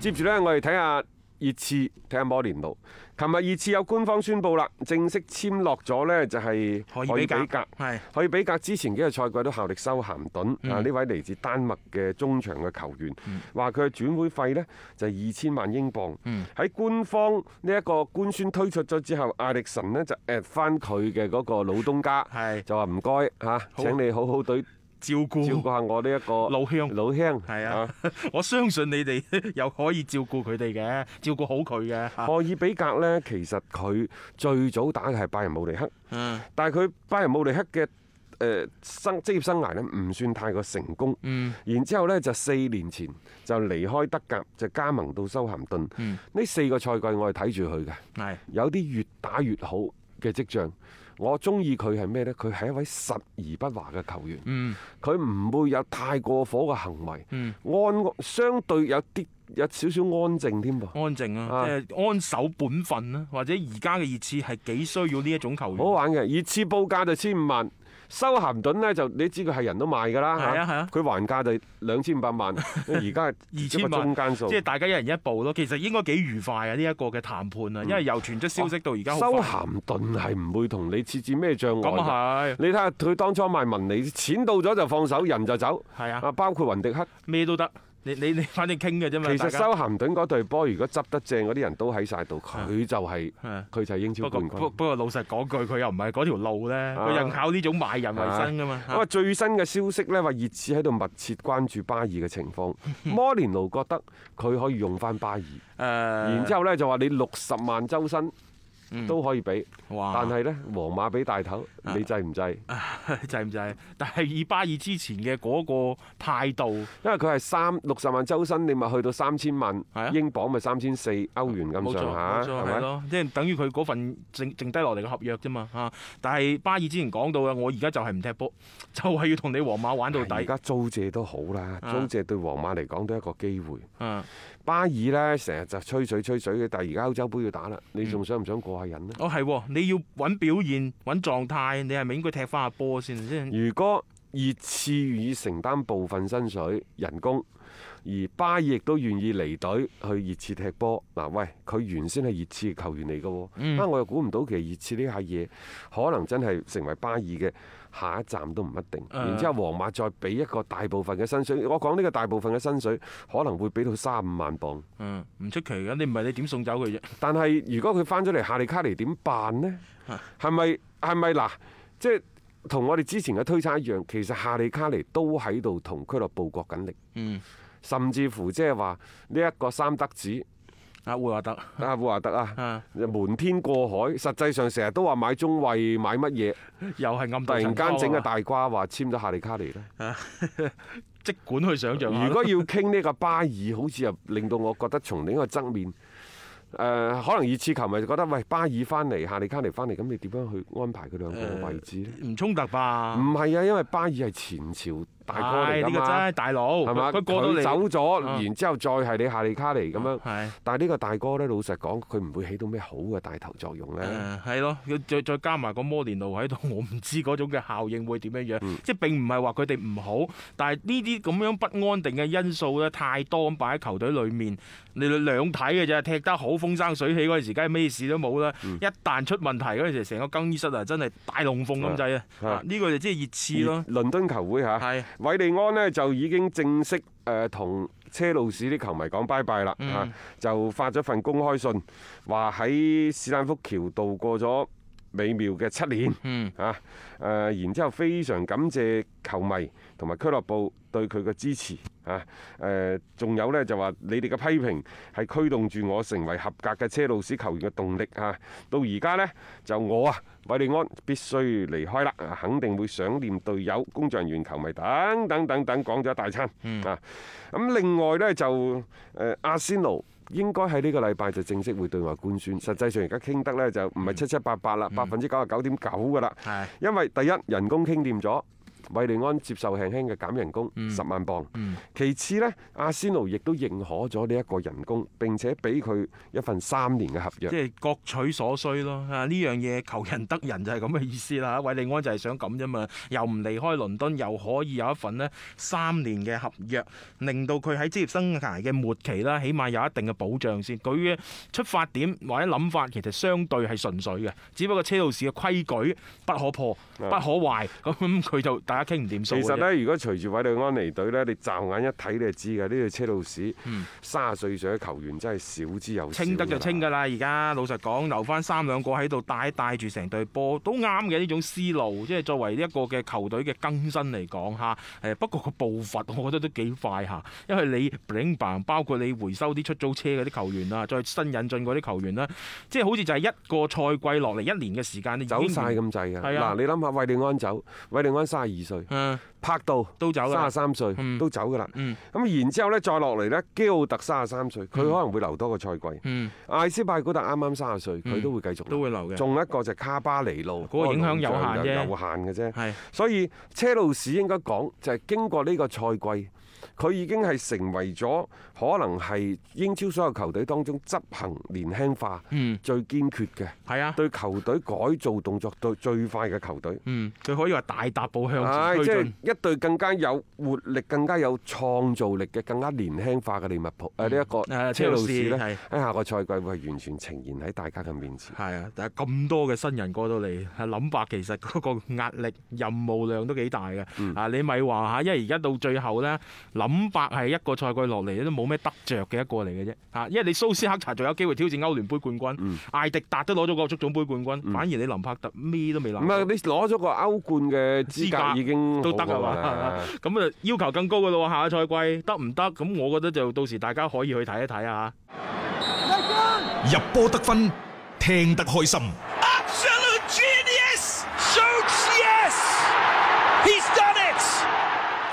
接住呢，我哋睇下熱刺，睇下摩連奴。琴日熱刺有官方宣布啦，正式簽落咗呢就係可以比較格。係可以比較之前幾個賽季都效力修咸頓嗯啊！呢位嚟自丹麥嘅中場嘅球員，話佢嘅轉會費呢就係二千萬英鎊。嗯喺官方呢一個官宣推出咗之後，艾力神呢就 at 翻佢嘅嗰個老東家，係就話唔該嚇，請你好好對照照顧顧下我呢一個老鄉老鄉係啊， 我相信你哋 又可以照顧佢哋嘅，照顧好佢嘅嚇。霍爾比格呢，其實佢最早打嘅係拜仁慕尼黑，嗯但係佢拜仁慕尼黑嘅誒生職業生涯呢，唔算太過成功。嗯然之後呢，就四年前就離開德甲，就加盟到修咸頓。呢、嗯四個賽季我係睇住佢嘅，係有啲越打越好嘅跡象。我中意佢係咩呢？佢係一位實而不華嘅球員，嗯佢唔會有太過火嘅行為，嗯，安相對有啲有少少安靜添噃。安靜啊啊，即係安守本分啦，或者而家嘅熱刺係幾需要呢一種球員。好玩嘅，熱刺報價就千五萬，修咸頓呢就你知佢係人都賣㗎啦，係啊係啊佢還價就兩千五百 萬，而家係2500一個中間數即。係大家一人一步咯，其實應該幾愉快啊！呢、一個嘅談判啊，因為由傳出消息到而家好修快，咸頓係唔會同你設置咩障礙咁㗎。啊係，你睇下佢當初賣文尼，錢到咗就放手，人就走。係啊，啊，包括雲迪克。咩都得，你你你反正傾嘅啫嘛，其啊大實家修咸頓嗰隊波，如果執得正嗰啲人都喺晒度，佢就係係佢就係英超不過冠不軍。不過老實講句，佢又唔係嗰條路咧，啊佢又靠呢種賣人為生噶嘛。咁啊，最新嘅消息呢，話熱刺喺度密切關注巴爾嘅情況。摩連奴覺得佢可以用翻巴爾，嗯誒，然之後呢，就話你六十萬周薪嗯啊都可以俾，哇但係呢，皇馬俾大頭，你制唔制？ 制唔制？但係以巴爾之前嘅嗰個態度，因為佢係三六十萬周薪，你咪去到三千萬係啊英鎊，咪三千四歐元冇咁錯上冇下，錯係係咪？咯，即係等於佢嗰份剩剩低落嚟嘅合約啫嘛嚇。但係巴爾之前講到嘅，我而家就係唔踢波， 就係要同你皇馬玩到而底。家租借都好啦，啊租借對皇馬嚟講都一個機會。嗯，巴爾呢成日就吹水吹水嘅，但係而家歐洲杯要打啦，你仲想唔想過下癮呢？哦係喎，你要揾表現、揾狀態，你係咪應該踢翻下波先？即係如果熱刺願意承擔部分薪水人工，而巴爾亦都願意離隊去熱刺踢波。嗱，喂，佢原先係熱刺嘅球員嚟嘅喎，嗯啊，我又估唔到其實熱刺呢下嘢可能真係成為巴爾嘅下一站都唔一定。誒然之後，皇馬再俾一個大部分嘅薪水，我講呢個大部分嘅薪水可能會俾到三五萬磅。嗯唔出奇嘅，你唔係你點送走佢啫？但係如果佢翻咗嚟夏利卡尼點辦呢啊？係咪係咪嗱？即係同我哋之前嘅推測一樣，其實夏利卡尼都喺度同俱樂部角緊力，嗯，甚至乎即係話呢一個三德子阿會話得阿胡華特啊，啊，瞞天過海，實際上成日都話買中衞買乜嘢，又係暗突度然陳間倉整個啊大瓜話簽咗夏利卡尼啦。即管去想象下如果要傾呢個巴爾，好似又令到我覺得從另一個側面，誒、可能熱刺球迷就覺得喂巴爾翻嚟，夏利卡尼翻嚟，咁你點樣去安排佢兩個呃嘅位置呢？唔衝突吧？唔係啊，因為巴爾係前朝大哥唉嚟㗎呢個真嘛，係大佬，係嘛？佢過到佢嚟走啊咗，然之後再係你夏利卡尼咁樣。係。但係呢個大哥呢，老實講，佢唔會起到咩好嘅帶頭作用呢。誒係咯，佢再再加埋個摩連奴喺度， 我唔知嗰種嘅效應會點樣樣，嗯即係並唔係話佢哋唔好，但係呢啲咁樣不安定嘅因素咧太多咁擺喺球隊裏面，你兩睇嘅啫，踢得好風生水起嗰陣時，梗係咩事都冇啦，嗯一旦出問題嗰陣時，成個更衣室啊真係大龍鳳咁滯啊啊！啊呢個就即係熱刺咯，嗯啊而倫敦球會嚇，係韋利安呢就已經正式誒同車路士啲球迷講拜拜啦啊嚇。嗯就發咗份公開信，話喺斯坦福橋度過咗美妙嘅七年嗯呃啊！誒、然之後非常感謝球迷同埋俱樂部對佢嘅支持啊！誒、仲有呢，就話你哋嘅批評係驅動住我成為合格嘅車路士球員嘅動力啊！到而家呢，就我啊，韋利安必須離開啦，啊肯定會想念隊友、工作人員、球迷等等等等，講咗一大餐啊！咁另外呢，就誒、阿仙奴。應該喺呢個禮拜就正式會對外官宣，實際上而家傾得呢，就唔係七七八八啦，百分之九十九點九㗎啦。係因為第一人工傾掂咗，韋利安接受輕輕嘅減人工嗯十萬磅。其次呢，阿仙奴亦都認可咗呢一個人工，並且俾佢一份三年嘅合即約。係各取所需咯。啊，呢樣嘢求人得人就係咁嘅意思啦。 韋利安就係想咁啫嘛，又唔離開倫敦，又可以有一份呢三年嘅合約，令到佢喺職業生涯嘅末期啦，起碼有一定嘅保障先。佢嘅出發點或者諗法其實相對係純粹嘅，只不過車路士嘅規矩不可破、不可壞，咁佢就大家傾唔掂數其嘅啫。實呢，如果隨住韋利安離隊呢，你驟眼一睇你就知㗎，呢隊車路士三十歲上嘅球員真係少之又少㗎啦。嗯清得就清㗎啦，而家老實講，留翻三兩個喺度帶帶住成隊波都啱嘅呢種思路，即係作為一個嘅球隊嘅更新嚟講嚇。誒不過個步伐我覺得都幾快嚇，因為你 bling bang 包括你回收啲出租車嗰啲球員啦，再新引進嗰啲球員啦，即係好似就係一個賽季落嚟一年嘅時間，你已經走晒咁滯㗎。係啊嗱，你諗下韋利安走，韋利安三十二歲，嗯柏度都走三啦十，三歲嗯都走㗎啦。嗯咁然之後呢，再落嚟呢，基奧特三十三歲，佢可能會留多個賽季。嗯啊艾斯拜古特啱啱三十歲，佢嗯都會繼續都留。會留嘅，啊仲有一個就係卡巴尼路，嗰個影響有限啫嗰個有限嘅啫。係所以車路士應該講就係經過呢個賽季，佢已經係成為咗可能係英超所有球隊當中執行年輕化嗯最堅決嘅，係啊。對球隊改造動作最最快嘅球隊。嗯，佢可以話大踏步向唉前推即進係。一隊更加有活力、更加有創造力嘅、更加年輕化嘅利物浦誒呢一個誒車路士呢車路士係喺下個賽季會係完全呈現喺大家嘅面前。係啊，但係咁多嘅新人過到嚟，係諗白其實嗰個壓力任務量都幾大嘅。嗯啊，你咪話嚇，因為而家到最後咧，諗白係一個賽季落嚟都冇咩得着嘅一個嚟嘅啫。嚇，因為你蘇斯克查仲有機會挑戰歐聯杯冠軍，嗯艾迪達都攞咗個足總杯冠軍，反而你林柏特咩都未唔係攞。你攞咗個歐冠嘅資資格格已經都得好好啊嘛啦，咁啊要求更高嘅咯喎，下個賽季得唔得？咁我覺得就到時大家可以去睇一睇啊嚇。入波得分，聽得開心。 Absolute genius! Shoots yes! He's done it!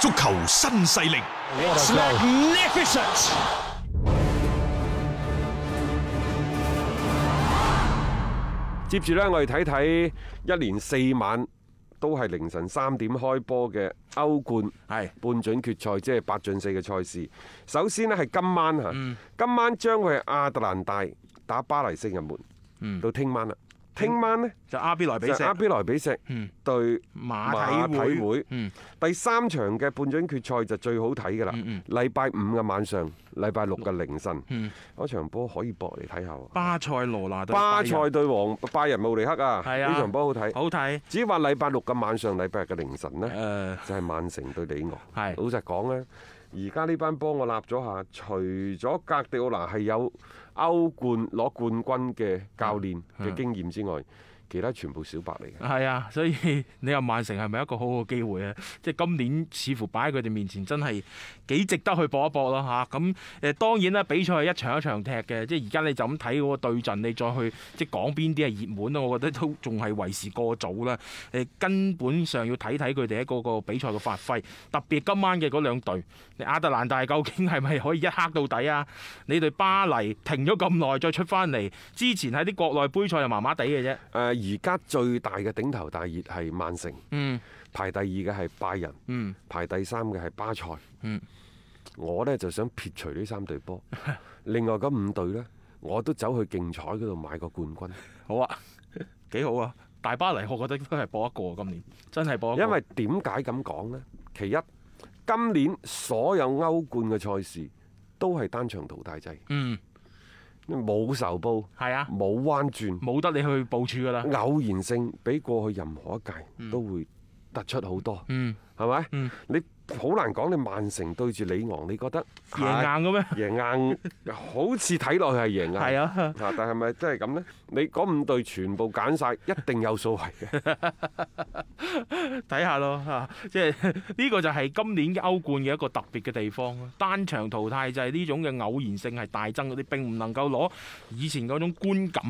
足球新勢力， It's magnificent! 接住呢，我哋睇睇一連四晚都係凌晨三點開波嘅歐冠。係半準決賽，即係八進四嘅賽事。首先呢係今晚嚇，嗯今晚將會係亞特蘭大打巴黎聖日門，到聽晚啦。聽晚呢，就阿比嗯萊比就係阿錫嗯比萊比錫對馬體馬體會嗯會，第三場嘅半準決賽就最好睇㗎啦。嗯禮拜五嘅晚上，禮拜六嘅凌晨，嗰場波可以搏嚟睇下喎。巴塞羅那對巴拜塞嗯仁對皇拜仁慕尼黑啊，係啊呢場波好睇。好睇。只話禮拜六嘅晚上，禮拜日嘅凌晨呢。誒就係曼城對里昂。啊係老實講呢，而家呢班波我立咗下，除咗格迪奧拿係有歐冠攞冠軍嘅教練嗯嘅經驗之外，其他全部小白嚟嘅。係啊，所以 你話曼城係咪一個好好嘅機會啊？即係今年似乎擺喺佢哋面前，真係幾值得去搏一搏咯吓，咁、誒當然啦，比賽係一場一場踢嘅，即係而家你就咁睇嗰個對陣，你再去即係講邊啲係熱門咯，我覺得都仲係為時過早啦。誒、根本上要睇睇佢哋喺嗰個比賽嘅發揮，特別今晚嘅嗰兩隊，你亞特蘭大究竟係咪可以一黑到底啊？ 你對巴黎停咗咁耐再出翻嚟，之前喺啲國內杯賽就麻麻地嘅啫。誒，而家最大嘅頂頭大熱係曼城，嗯排第二嘅係拜仁，嗯。排第三嘅係巴塞。嗯我呢就想撇除呢三隊 波，另外嗰五隊呢，我都走去競彩嗰度買個冠軍，好啊， 幾好啊！大巴黎，我覺得都係搏一個今年，真係搏一個。因為點解咁講呢？其一，今年所有歐冠嘅賽事都係單場淘汰制，嗯，冇仇報，係啊，冇彎轉，冇得你去部署噶啦。偶然性比過去任何一屆都會突出好多，嗯係咪？你好難講。你曼城對住里昂，你覺得贏硬嘅咩？贏硬，好似睇落去係贏硬。係啊， 嚇！但係咪真係咁呢？你嗰五隊全部揀晒，一定有所 謂嘅。睇下咯嚇，即係 呢個就係今年嘅歐冠嘅一個特別嘅地方咯。單場淘汰就係呢種嘅偶然性係大增嗰啲，並唔能夠攞以前嗰種觀感。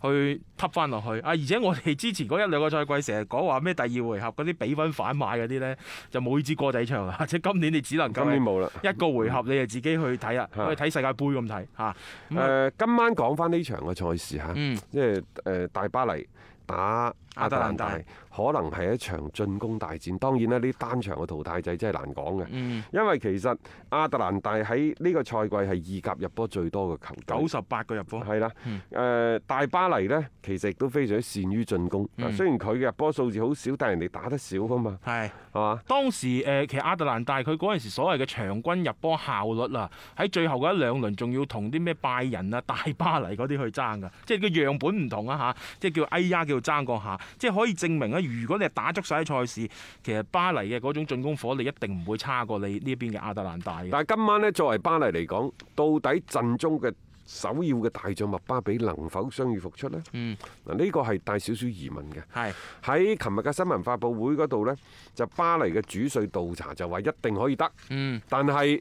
去揼翻落去啊！而且我哋之前嗰一兩個賽季成日講話咩第二回合嗰啲比分反買嗰啲呢，就冇呢支過底場啦。 即係今年你只能夠今年冇啦。一個回合你就自己去睇啦，嚇好似睇世界盃咁睇嚇。誒、咁啊，今晚講翻呢場嘅賽事嚇，嗯即係誒大巴黎打亞亞特特蘭蘭大大，可能係一場進攻大戰。當然啦，呢單場嘅淘汰制真係難講嘅，嗯，因為其實亞特蘭大喺呢個賽季係意甲入波最多嘅球隊九。十八個入波，係啦，誒、嗯大巴黎呢，其實亦都非常之善於進攻。啊嗯雖然佢嘅入波數字好少，但係人哋打得少啊嘛，係。係嘛？當時誒、呃其實亞特蘭大佢嗰陣時所謂嘅場均入波效率啊，喺最後嗰一兩輪仲要同啲咩拜仁啊、 大巴黎嗰啲去爭㗎，即係個樣本唔同啊吓，即係叫哎呀叫爭過下，即係可以證明啊，如果你係打足晒啲賽事，其實巴黎嘅嗰種進攻火力一定唔會差過你呢邊嘅亞特蘭大嘅。但係今晚呢，作為巴黎嚟講，到底陣中嘅首要嘅大將麥巴比能否傷愈復出呢？嗯，嗱，呢個係帶少少疑問嘅。係喺琴日嘅新聞發佈會嗰度呢，就巴黎嘅主帥杜查就話一定可以得，嗯但係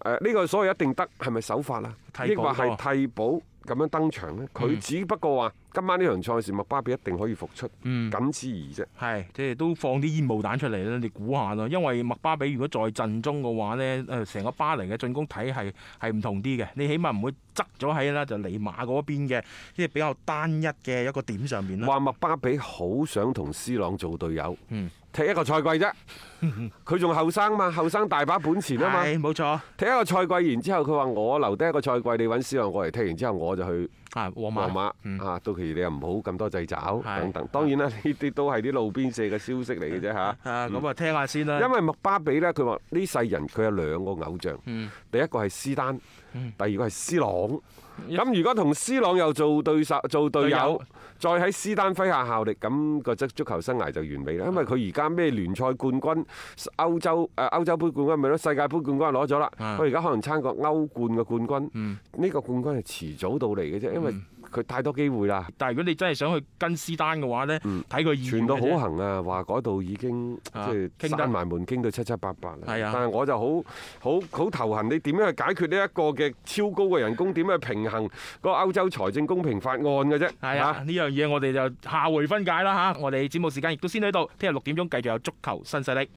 誒呢個所謂一定得係咪首發啊？替補嗯抑或係替補咁樣登場呢？佢只不過話今晚呢場賽事麥巴比一定可以復出，嗯。僅此而已啫。係，即係都放啲煙霧彈出嚟啦，你估下啦。因為麥巴比如果在陣中嘅話呢，誒成個巴黎嘅進攻體系係唔同啲嘅，你起碼唔會側咗喺啦就尼馬嗰邊嘅，即係比較單一嘅一個點上面啦。話麥巴比好想同斯朗做隊友，嗯踢一個賽季 啫，佢仲後生嘛，後生大把本錢啊嘛。係冇錯，踢一個賽季，然之後佢話我留低一個賽季，你揾斯朗過嚟踢，完之後我就去啊，皇馬，皇馬嗯啊，到期你又唔好咁多掣肘係等等。當然啦，呢啲都係啲路邊社嘅消息嚟嘅啫嚇。啊咁啊，聽下先啦。嗯因為麥巴比呢，佢話呢世人佢有兩個偶像，嗯第一個係斯丹，嗯第二個係斯朗。一咁如果同斯朗又做對手、做隊隊友友，再喺斯丹麾下效力，咁個足足球生涯就完美啦。因為佢而家咩聯賽冠軍、歐洲誒歐洲杯冠軍咪咯，世界盃冠軍攞咗啦。啊佢而家可能撐過歐冠嘅冠軍，嗯呢個冠軍係遲早到嚟嘅啫，因為佢太多機會啦。但係如果你真係想去跟斯丹嘅話呢，睇佢意嗯傳願到嘅啫好行啊，話嗰度已經即啊係傾得閂埋門，傾到七七八八啦。係啊但係我就好好好頭痕，你點樣去解決呢一個嘅超高嘅人工？點樣去平衡個歐洲財政公平法案嘅啫？係嚇啊，呢樣嘢我哋就下回分解啦嚇。我哋節目時間亦都先到呢度，聽日六點鐘繼續有足球新勢力。